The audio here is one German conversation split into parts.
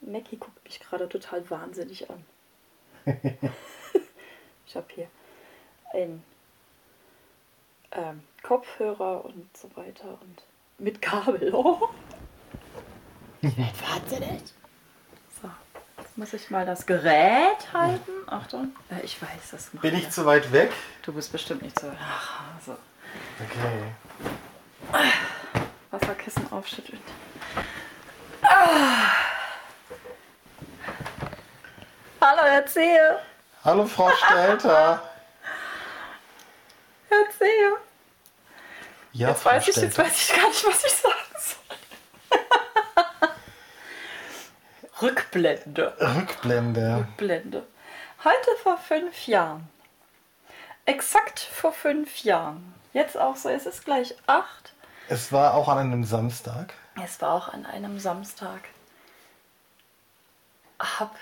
Maggie guckt mich gerade total wahnsinnig an. ich habe hier einen ähm, Kopfhörer und so weiter und mit Kabel. Oh. Ich werd wahnsinnig. So, jetzt muss ich mal das Gerät halten. Achtung. Äh, ich weiß, das macht Bin mir- ich zu weit weg? Du bist bestimmt nicht so. Ach, so. Okay. Wasserkissen aufschütteln. Ah. Hallo, erzähl. Hallo Frau Stelter. Erzähl. Ja, Jetzt Frau weiß, ich, jetzt Stelter. weiß ich gar nicht, was ich sagen soll. Rückblende. Rückblende. Blende. Heute vor fünf Jahren. Exakt vor fünf Jahren. Jetzt auch so, es ist gleich acht. Es war auch an einem Samstag. Es war auch an einem Samstag. Hab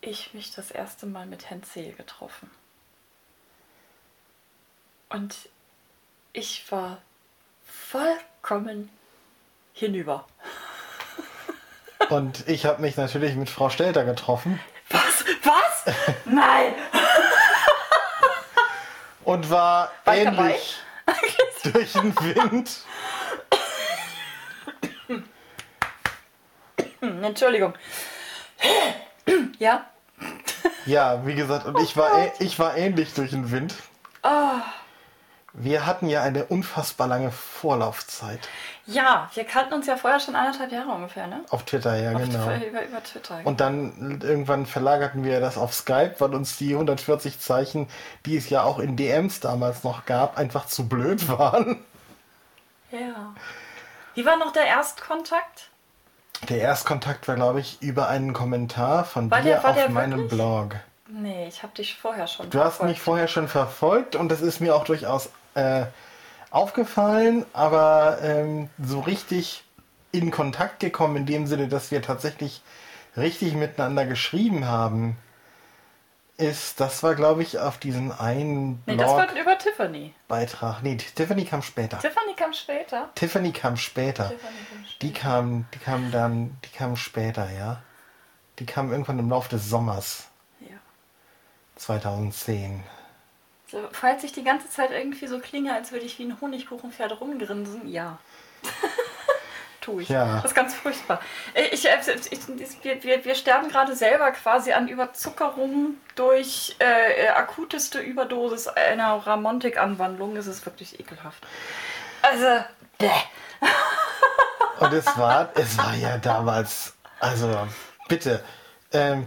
ich mich das erste Mal mit Herrn Zehe getroffen. Und ich war vollkommen hinüber. Und ich habe mich natürlich mit Frau Stelter getroffen Was? Was? Nein! und war War ich ähnlich durch den Wind. Hm, Entschuldigung. Ja? Ja, wie gesagt, und Oh ich war, ä- ich war ähnlich durch den Wind. Wir hatten ja eine unfassbar lange Vorlaufzeit Ja, wir kannten uns ja vorher schon anderthalb Jahre ungefähr, ne? auf Twitter, ja, Auf- genau. Über, über Twitter. Und dann irgendwann verlagerten wir das auf Skype, weil uns die 140 Zeichen, die es ja auch in DMs damals noch gab, einfach zu blöd waren. ja. Wie war noch der Erstkontakt? Der Erstkontakt war, glaube ich, über einen Kommentar von War dir der- war auf der meinem wirklich? Blog. Nee, ich habe dich vorher schon. Du hast verfolgt. mich vorher schon verfolgt und das ist mir auch durchaus äh, aufgefallen, aber ähm, so richtig in Kontakt gekommen, in dem Sinne, dass wir tatsächlich richtig miteinander geschrieben haben, ist, das war, glaube ich, auf diesen einen Nee, das war Blog. über Tiffany. Beitrag. Nee, Tiffany kam später. Tiffany kam später. Tiffany kam später. Tiffany kam später. Die kam, die kam dann, die kam später, ja. Die kam irgendwann im Laufe des Sommers Ja. 2010. So, falls ich die ganze Zeit irgendwie so klinge, als würde ich wie ein Honigkuchenpferd rumgrinsen, ja. Tue ich. Ja. Das ist ganz furchtbar. Äh, Ich, äh, ich, ich, wir, wir, wir sterben gerade selber quasi an Überzuckerung durch äh, äh, akuteste Überdosis einer Ramontik-Anwandlung. Es ist wirklich ekelhaft. Also, bäh. Und es war, es war ja damals, also bitte. Ähm,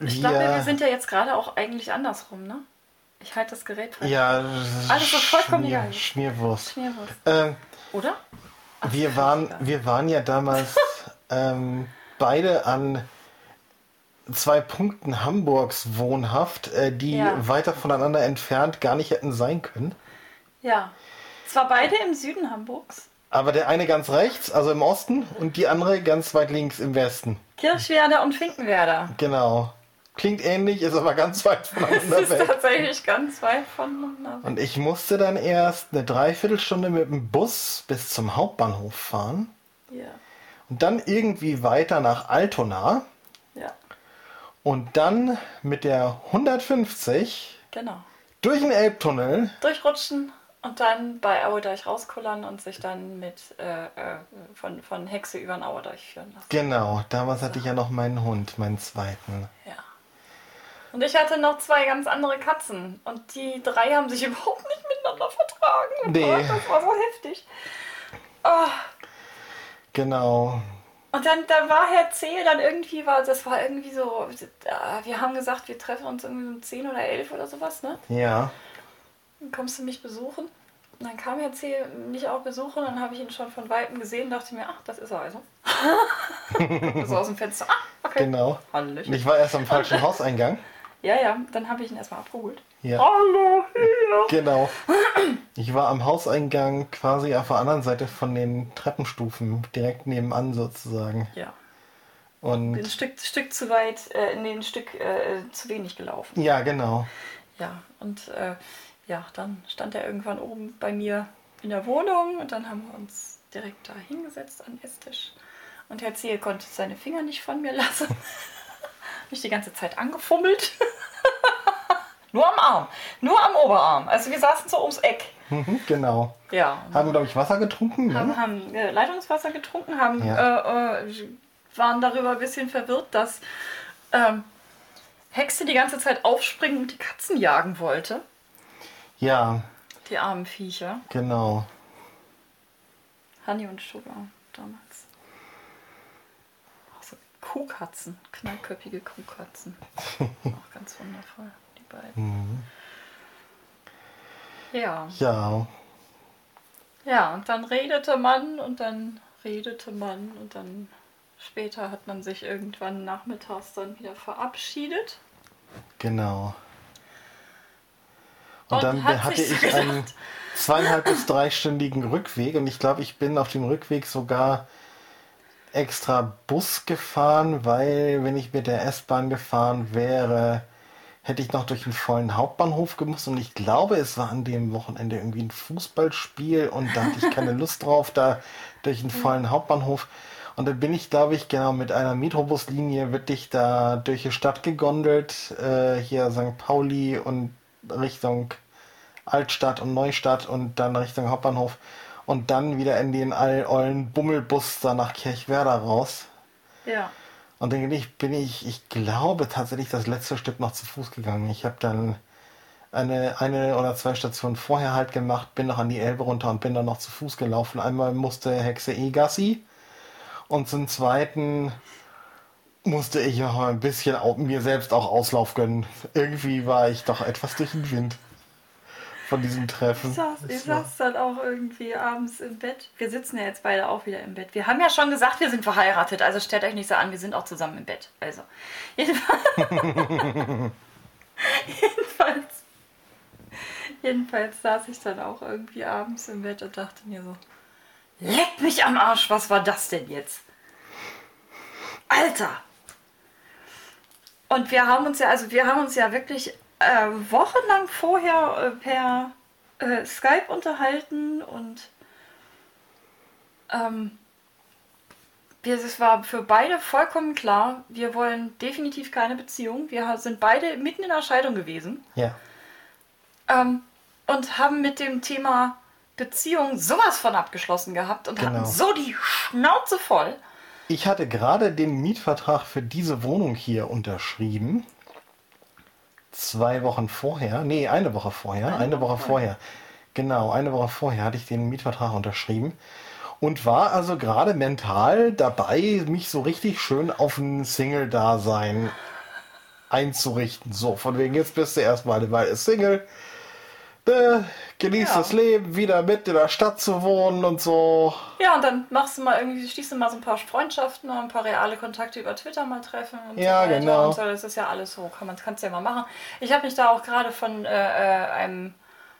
ich glaube, wir sind ja jetzt gerade auch eigentlich andersrum, ne? Ich halte das Gerät fest. ja, Alles so vollkommen Schmier, egal. Schmierwurst. Schmierwurst. Ähm, Oder? wir, waren, wir waren ja damals ähm, beide an zwei Punkten Hamburgs wohnhaft, äh, die Ja. weiter voneinander entfernt gar nicht hätten sein können. Ja. Zwar beide im Süden Hamburgs. Aber der eine ganz rechts, also im Osten, und die andere ganz weit links im Westen. Kirchwerder und Finkenwerder. Genau. Klingt ähnlich, ist aber ganz weit Das voneinander ist weg. tatsächlich ganz weit voneinander. Und ich musste dann erst eine Dreiviertelstunde mit dem Bus bis zum Hauptbahnhof fahren Ja. und dann irgendwie weiter nach Altona Ja, und dann mit der 150 genau. durch den Elbtunnel Durchrutschen und dann bei Auerdeich rauskullern und sich dann mit äh, äh, von, von Hexe über den Auerdeich führen lassen. Genau, damals hatte ich ja noch meinen Hund, meinen zweiten. Ja. Und ich hatte noch zwei ganz andere Katzen und die drei haben sich überhaupt nicht miteinander vertragen. Oh Nee. Gott, das war so heftig. Oh, Genau. Und dann, dann war Herr Zehl dann irgendwie, war, das war irgendwie so, äh, wir haben gesagt, wir treffen uns irgendwie um 10 oder 11 oder sowas, ne? Ja. Dann kommst du mich besuchen. Und dann kam Herr Zehl mich auch besuchen, dann habe ich ihn schon von Weitem gesehen, dachte mir, ach, das ist er also. so aus dem Fenster, ah, okay. Genau. Hallöchen. Und ich war erst am falschen Hauseingang. Ja, ja, dann habe ich ihn erstmal abgeholt. Ja. Hallo, hier. Genau. Ich war am Hauseingang quasi auf der anderen Seite von den Treppenstufen, direkt nebenan sozusagen. Ja, bin ein Und Stück, Stück zu weit, äh, nee, ein Stück äh, zu wenig gelaufen. ja, genau. Ja, und äh, ja, dann stand er irgendwann oben bei mir in der Wohnung und dann haben wir uns direkt da hingesetzt an den Esstisch Und Herr Zehe konnte seine Finger nicht von mir lassen. mich die ganze Zeit angefummelt. Nur am Arm, nur am Oberarm. Also wir saßen so ums Eck. Mhm, genau. Ja. Haben, glaube ich, Wasser getrunken. ne? Haben, haben äh, Leitungswasser getrunken, haben, äh, äh, waren darüber ein bisschen verwirrt, dass ähm, Hexe die ganze Zeit aufspringen und die Katzen jagen wollte. Ja, Die armen Viecher. genau. Honey und Sugar damals. Auch so Kuhkatzen, knallköpfige Kuhkatzen. Auch ganz wundervoll, die beiden. Ja. Ja, Ja, und dann redete man und dann redete man und dann später hat man sich irgendwann nachmittags dann wieder verabschiedet. genau. Und, Und dann hat hatte sich's ich gedacht. einen zweieinhalb bis dreistündigen Rückweg und ich glaube, ich bin auf dem Rückweg sogar extra Bus gefahren, weil wenn ich mit der S-Bahn gefahren wäre, hätte ich noch durch den vollen Hauptbahnhof gemusst und ich glaube, es war an dem Wochenende irgendwie ein Fußballspiel und da hatte ich keine Lust drauf, da durch den vollen Hauptbahnhof. Und dann bin ich, glaube ich, genau mit einer Metrobuslinie wirklich da durch die Stadt gegondelt, äh, hier St. Pauli und Richtung Altstadt und Neustadt und dann Richtung Hauptbahnhof und dann wieder in den all-ollen Bummelbus da nach Kirchwerder raus. Ja. Und dann bin ich, bin ich, ich glaube tatsächlich das letzte Stück noch zu Fuß gegangen. Ich habe dann eine, eine oder zwei Stationen vorher halt gemacht, bin noch an die Elbe runter und bin dann noch zu Fuß gelaufen. Einmal musste Hexe eh Gassi und zum zweiten musste ich noch mal ein bisschen au- mir selbst auch Auslauf gönnen. Irgendwie war ich doch etwas durch den Wind von diesem Treffen. Ich saß, ich Es war- saß dann auch irgendwie abends im Bett. Wir sitzen ja jetzt beide auch wieder im Bett. Wir haben ja schon gesagt, wir sind verheiratet, also stellt euch nicht so an, wir sind auch zusammen im Bett. Also. Jedenfalls. jedenfalls. Jedenfalls saß ich dann auch irgendwie abends im Bett und dachte mir so, leck mich am Arsch, was war das denn jetzt? Alter! Und wir haben uns ja, also wir haben uns ja wirklich äh, wochenlang vorher äh, per äh, Skype unterhalten und ähm, wir, es war für beide vollkommen klar, wir wollen definitiv keine Beziehung. Wir ha- sind beide mitten in einer Scheidung gewesen Ja. ähm, und haben mit dem Thema Beziehung sowas von abgeschlossen gehabt und Genau. hatten so die Schnauze voll. Ich hatte gerade den Mietvertrag für diese Wohnung hier unterschrieben. Zwei Wochen vorher, nee, eine Woche vorher, eine, Woche, vorher. Genau, eine Woche vorher hatte ich den Mietvertrag unterschrieben und war also gerade mental dabei, mich so richtig schön auf ein Single-Dasein einzurichten. So, von wegen, jetzt bist du erstmal eine Weile Single. Ne, genieß Ja. das Leben, wieder mit in der Stadt zu wohnen und so. Ja, und dann machst du mal irgendwie, schließt du mal so ein paar Freundschaften, mal ein paar reale Kontakte über Twitter mal treffen und Ja, so weiter genau. und so. Das ist ja alles so, kann man kannst ja mal machen. Ich habe mich da auch gerade von äh, äh, einem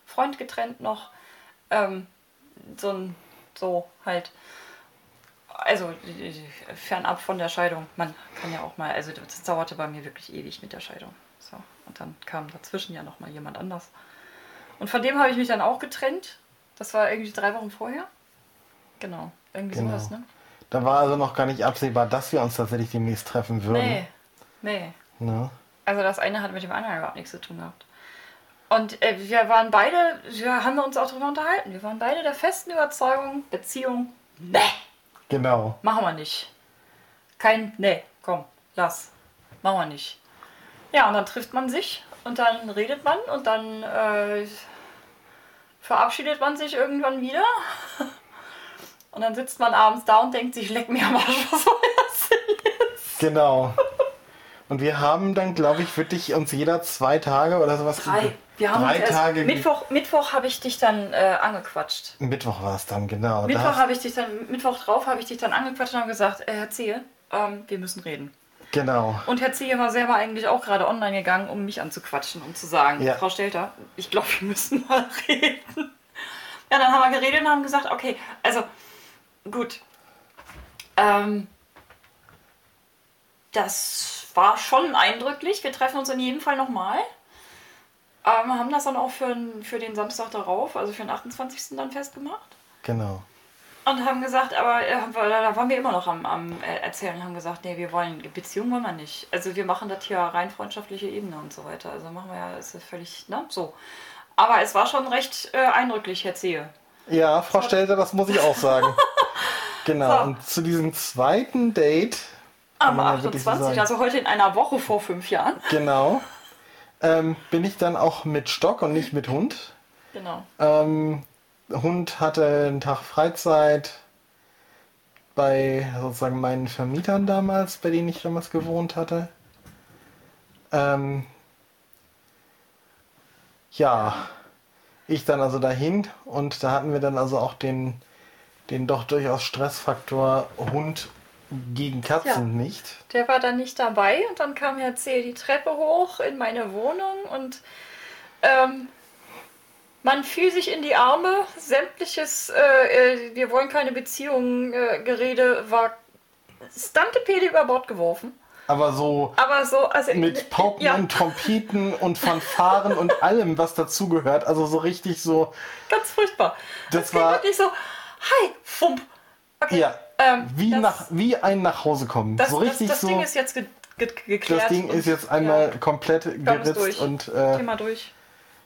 Freund getrennt noch. Ähm, so ein, so halt. Also äh, fernab von der Scheidung. Man kann ja auch mal, also das dauerte bei mir wirklich ewig mit der Scheidung. So. Und dann kam dazwischen ja nochmal jemand anders. Und von dem habe ich mich dann auch getrennt. Das war irgendwie drei Wochen vorher. Genau. Irgendwie Genau. sowas, ne? Da war also noch gar nicht absehbar, dass wir uns tatsächlich demnächst treffen würden. Nee. Nee. Ne? Also das eine hat mit dem anderen überhaupt nichts zu tun gehabt. Und äh, wir waren beide, wir haben wir uns auch darüber unterhalten. Wir waren beide der festen Überzeugung, Beziehung, nee, Genau. machen wir nicht. Kein, nee, komm, lass, machen wir nicht. Ja, und dann trifft man sich und dann redet man und dann äh, verabschiedet man sich irgendwann wieder. Und dann sitzt man abends da und denkt sich, leck mir am Arsch, was soll das denn? Genau. Und wir haben dann, glaube ich, wirklich uns jeder zwei Tage oder sowas. Drei. ge- Wir haben drei uns erst, Tage. ge- Mittwoch, Mittwoch habe ich dich dann äh, angequatscht. Mittwoch war es dann, genau. Da Mittwoch hast- habe ich dich dann, Mittwoch drauf habe ich dich dann angequatscht und habe gesagt, äh, Herr Zehe, ähm, wir müssen reden. genau. Und Herr Zehe war selber eigentlich auch gerade online gegangen, um mich anzuquatschen, um zu sagen, Ja. Frau Stelter, ich glaube, wir müssen mal reden. Ja, dann haben wir geredet und haben gesagt, okay, also gut. Ähm, das war schon eindrücklich. Wir treffen uns in jedem Fall nochmal. Ähm, haben das dann auch für, den- für den Samstag darauf, also für den 28. dann festgemacht. Genau. Und haben gesagt, aber äh, haben wir- da waren wir immer noch am, am äh, Erzählen und haben gesagt, nee, wir wollen, Beziehung wollen wir nicht. Also wir machen das hier rein freundschaftliche Ebene und so weiter. Also machen wir ja, ist ja völlig, ne, so. Aber es war schon recht äh, eindrücklich, Herr Zehe. Ja, Frau Stelter, das muss ich auch sagen. genau. So. Und zu diesem zweiten Date. kann Am man ja wirklich so 28, sagen, also heute in einer Woche vor fünf Jahren. Genau. Ähm, bin ich dann auch mit Stock und nicht mit Hund. Genau. Ähm, Hund hatte einen Tag Freizeit bei sozusagen meinen Vermietern damals, bei denen ich damals gewohnt hatte. Ähm, ja, ich dann also dahin und da hatten wir dann also auch den, den doch durchaus Stressfaktor Hund gegen Katzen nicht. Der war dann nicht dabei und dann kam Herr Zehe die Treppe hoch in meine Wohnung und ähm, man fiel sich in die Arme. Sämtliches, äh, äh, wir wollen keine Beziehungen, äh, Gerede war Stantepede über Bord geworfen. Aber so Aber so, also. mit Pauken ja, und Trompeten und Fanfaren und allem, was dazugehört. Also so richtig so, ganz furchtbar. Das Es ging war- wirklich so, hi, fump. Okay. Ja. ähm, Wie, das- nach, wie ein nach Hause kommen. Das, so richtig das, das so. Ding ist jetzt ge ge geklärt. das Ding und- ist jetzt ja, einmal komplett Komm, ist geritzt durch. und äh, Thema durch.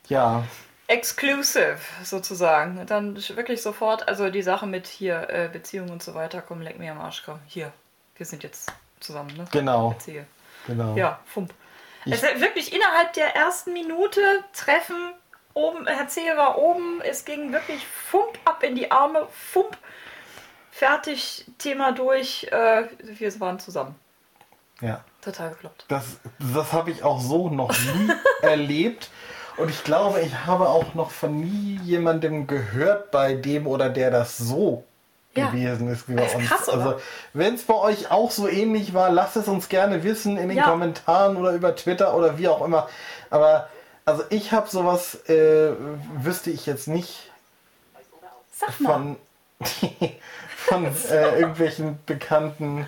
ja. Exclusive sozusagen. Dann sch- wirklich sofort, also die Sache mit hier, äh, Beziehung und so weiter, komm, leck mir am Arsch, komm, hier, wir sind jetzt zusammen, ne? Genau, Erzähl. genau. Ja, fump. Ich- Es ist wirklich innerhalb der ersten Minute treffen, oben, Herr Zehe war oben, es ging wirklich fump ab in die Arme, fump, fertig, Thema durch, äh, wir waren zusammen. Ja. Total geklappt. Das, das habe ich auch so noch nie erlebt. Und ich glaube, ich habe auch noch von nie jemandem gehört, bei dem oder der das so Ja. gewesen ist wie bei Das ist uns. krass, oder? also, wenn es bei euch auch so ähnlich war, lasst es uns gerne wissen in den Ja. Kommentaren oder über Twitter oder wie auch immer. Aber also ich habe sowas, äh, wüsste ich jetzt nicht Sag mal. von, von äh, irgendwelchen Bekannten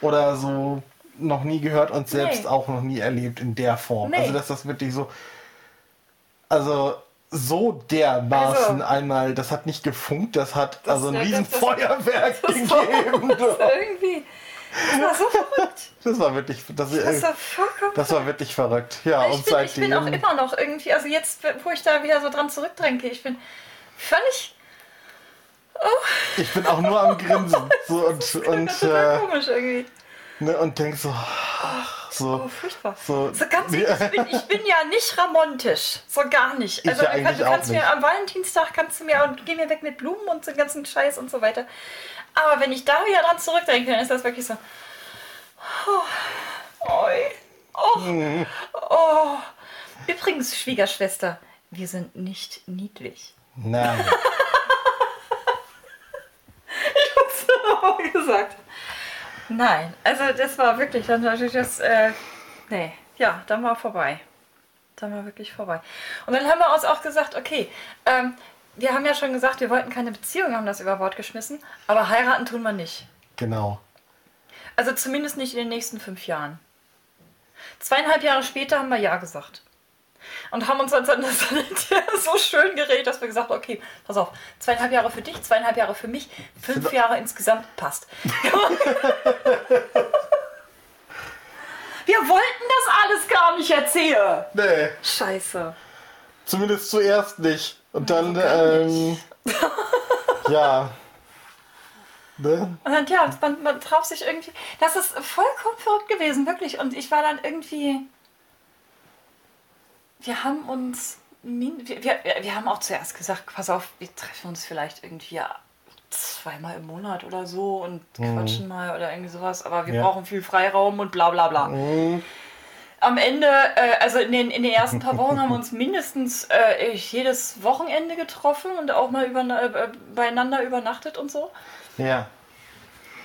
oder so noch nie gehört und selbst Nee. auch noch nie erlebt in der Form. Nee. Also dass das wirklich so, also so dermaßen Also- einmal, das hat nicht gefunkt, das hat Das- also ein ja, das- riesen das- Feuerwerk das war- gegeben. Irgendwie. Das war so verrückt. Das war wirklich, das, äh, Das war vollkommen. das war wirklich verrückt. Ja, ich, bin, und ich seitdem. bin auch immer noch irgendwie, also jetzt, wo ich da wieder so dran zurückdränke, ich bin völlig oh, Ich bin auch nur am Grinsen. So und, und, total äh, komisch irgendwie. ne, und denk so, so. Oh, furchtbar. so- so ganz, ich, bin, ich bin ja nicht ramontisch. So gar nicht. Ich Also ja du kannst, eigentlich du kannst auch mir nicht. am Valentinstag kannst du mir und geh mir weg mit Blumen und so ganzen Scheiß und so weiter. Aber wenn ich da wieder dran zurückdenke, dann ist das wirklich so. Oh, oi, oh, Mhm. oh. Übrigens, Schwiegerschwester, wir sind nicht niedlich. Nein. gesagt. Nein, also das war wirklich, dann war ich das, äh, nee, ja, dann war vorbei. Dann war wirklich vorbei. Und dann haben wir uns auch gesagt, okay, ähm, wir haben ja schon gesagt, wir wollten keine Beziehung, haben das über Bord geschmissen, aber heiraten tun wir nicht. Genau. Also zumindest nicht in den nächsten fünf Jahren. Zweieinhalb Jahre später haben wir Ja gesagt. Und haben uns dann dann das so schön geredet, dass wir gesagt haben, okay, pass auf, zweieinhalb Jahre für dich, zweieinhalb Jahre für mich, fünf Jahre insgesamt, passt. wir wollten das alles gar nicht erzählen. Nee. Scheiße. Zumindest zuerst nicht. Und dann, ähm. ja. Ne? Und dann, ja, man, man traf sich irgendwie. Das ist vollkommen verrückt gewesen, wirklich. Und ich war dann irgendwie. Wir haben uns. min- Wir, wir, wir haben auch zuerst gesagt, pass auf, wir treffen uns vielleicht irgendwie zweimal im Monat oder so und quatschen mal oder irgendwie sowas. Aber wir Mhm. Ja. Mhm. brauchen viel Freiraum und bla bla bla. Am Ende, äh, also in den, in den ersten paar Wochen haben wir uns mindestens äh, jedes Wochenende getroffen und auch mal überna- äh, beieinander übernachtet und so. Ja.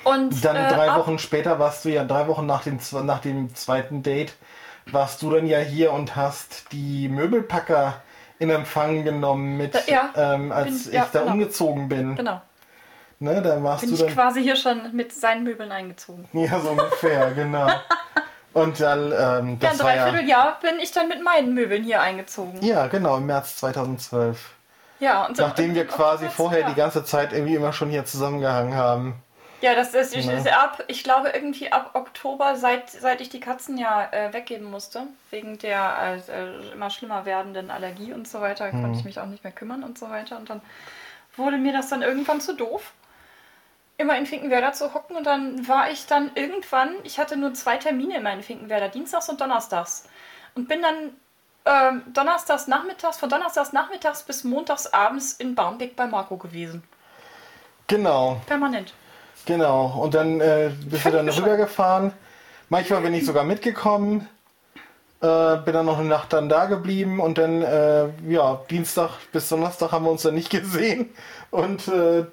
Und Dann äh, drei ab- Wochen später warst du ja, drei Wochen nach dem, zwe- nach dem zweiten Date, warst du dann ja hier und hast die Möbelpacker in Empfang genommen mit, Ja, ähm, als bin- ja, ich da genau. umgezogen bin. Genau. Ne, dann warst Bin du ich dann. quasi hier schon mit seinen Möbeln eingezogen. Ja, so ungefähr, genau. Und dann, ähm, Ja, ein das war ja. Dreivierteljahr bin ich dann mit meinen Möbeln hier eingezogen. Ja, genau, im März 2012. Ja. Ja, und so. Nachdem wir quasi kurz, vorher ja. die ganze Zeit irgendwie immer schon hier zusammengehangen haben. Ja, das ist, ich, Ne? ist ab, ich glaube irgendwie ab Oktober, seit, seit ich die Katzen ja äh, weggeben musste, wegen der äh, äh, immer schlimmer werdenden Allergie und so weiter, konnte ich mich auch nicht mehr kümmern und so weiter. Und dann wurde mir das dann irgendwann zu doof, immer in Finkenwerder zu hocken. Und dann war ich dann irgendwann, ich hatte nur zwei Termine immer in Finkenwerder, dienstags und donnerstags. Und bin dann ähm, donnerstags nachmittags, von donnerstags nachmittags bis montags abends in Barmbek bei Marco gewesen. Genau, Permanent. genau. Und dann äh, bist du Völlig dann bescheuert. rübergefahren. Manchmal bin ich sogar mitgekommen. Äh, bin dann noch eine Nacht dann da geblieben und dann, äh, ja, Dienstag bis Donnerstag haben wir uns dann nicht gesehen. Und äh,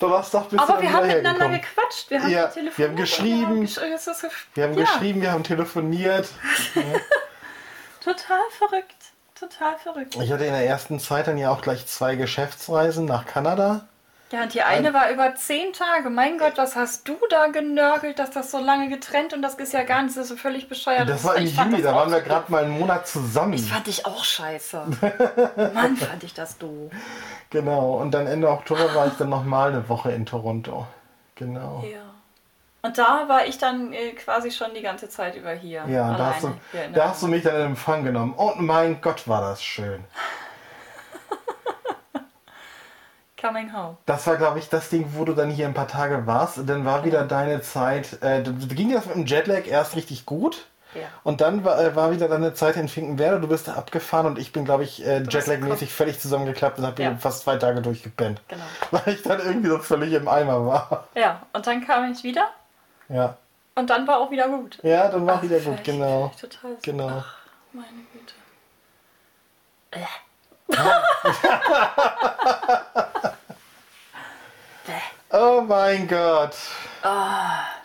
Donnerstag bist Aber du dann wir haben wieder miteinander hergekommen. gequatscht. Wir haben Ja, telefoniert. wir haben geschrieben. und Wir haben, gesch- es ist gef- Wir haben ja, geschrieben, wir haben telefoniert. Total verrückt. Total verrückt. Ich hatte in der ersten Zeit dann ja auch gleich zwei Geschäftsreisen nach Kanada. Ja, und die eine war über zehn Tage. Mein Gott, was hast du da genörgelt, dass das so lange getrennt und das ist ja gar nicht das ist so völlig bescheuert. Das ist- war im ich fand Juni, das da waren auch wir so gerade mal einen Monat zusammen. doof. Fand ich auch scheiße. Mann, fand ich das doof. Genau, und dann Ende Oktober war ich dann nochmal eine Woche in Toronto. Genau. Ja. Und da war ich dann äh, quasi schon die ganze Zeit über hier. Ja, und da alleine hast, du, hier in der da hast du mich dann in Empfang genommen. Und mein Gott, war das schön. Coming home. Das war, glaube ich, das Ding, wo du dann hier ein paar Tage warst. Und dann war wieder deine Zeit. Äh, da ging das mit dem Jetlag erst richtig gut. Ja. Und dann war, äh, war wieder deine Zeit in Finkenwerder. Du bist da abgefahren und ich bin, glaube ich, äh, bist Jetlag-mäßig völlig zusammengeklappt und habe Ja. fast zwei Tage durchgepennt. Genau. Weil ich dann irgendwie so völlig im Eimer war. Ja, und dann kam ich wieder Ja, und dann war auch wieder gut. ja dann war Ach, wieder gut, völlig, genau. völlig Total Genau. Ach, meine Güte. Oh mein Gott.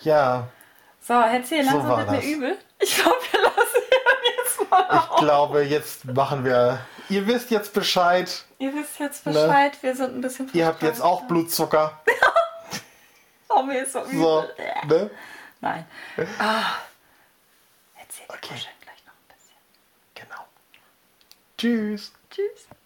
Ja, So, Hetzi, langsam war wird mir das. übel. Ich glaube, wir lassen ihn jetzt mal ich auf. glaube, jetzt machen wir. Ihr wisst jetzt Bescheid. Ihr wisst jetzt Bescheid, wir sind ein bisschen Ihr habt jetzt auch Blutzucker. Oh, mir ist so übel. So, ne? Nein. Ah. Hetzi, wir Okay. kuscheln gleich noch ein bisschen. Genau. Tschüss. Tschüss.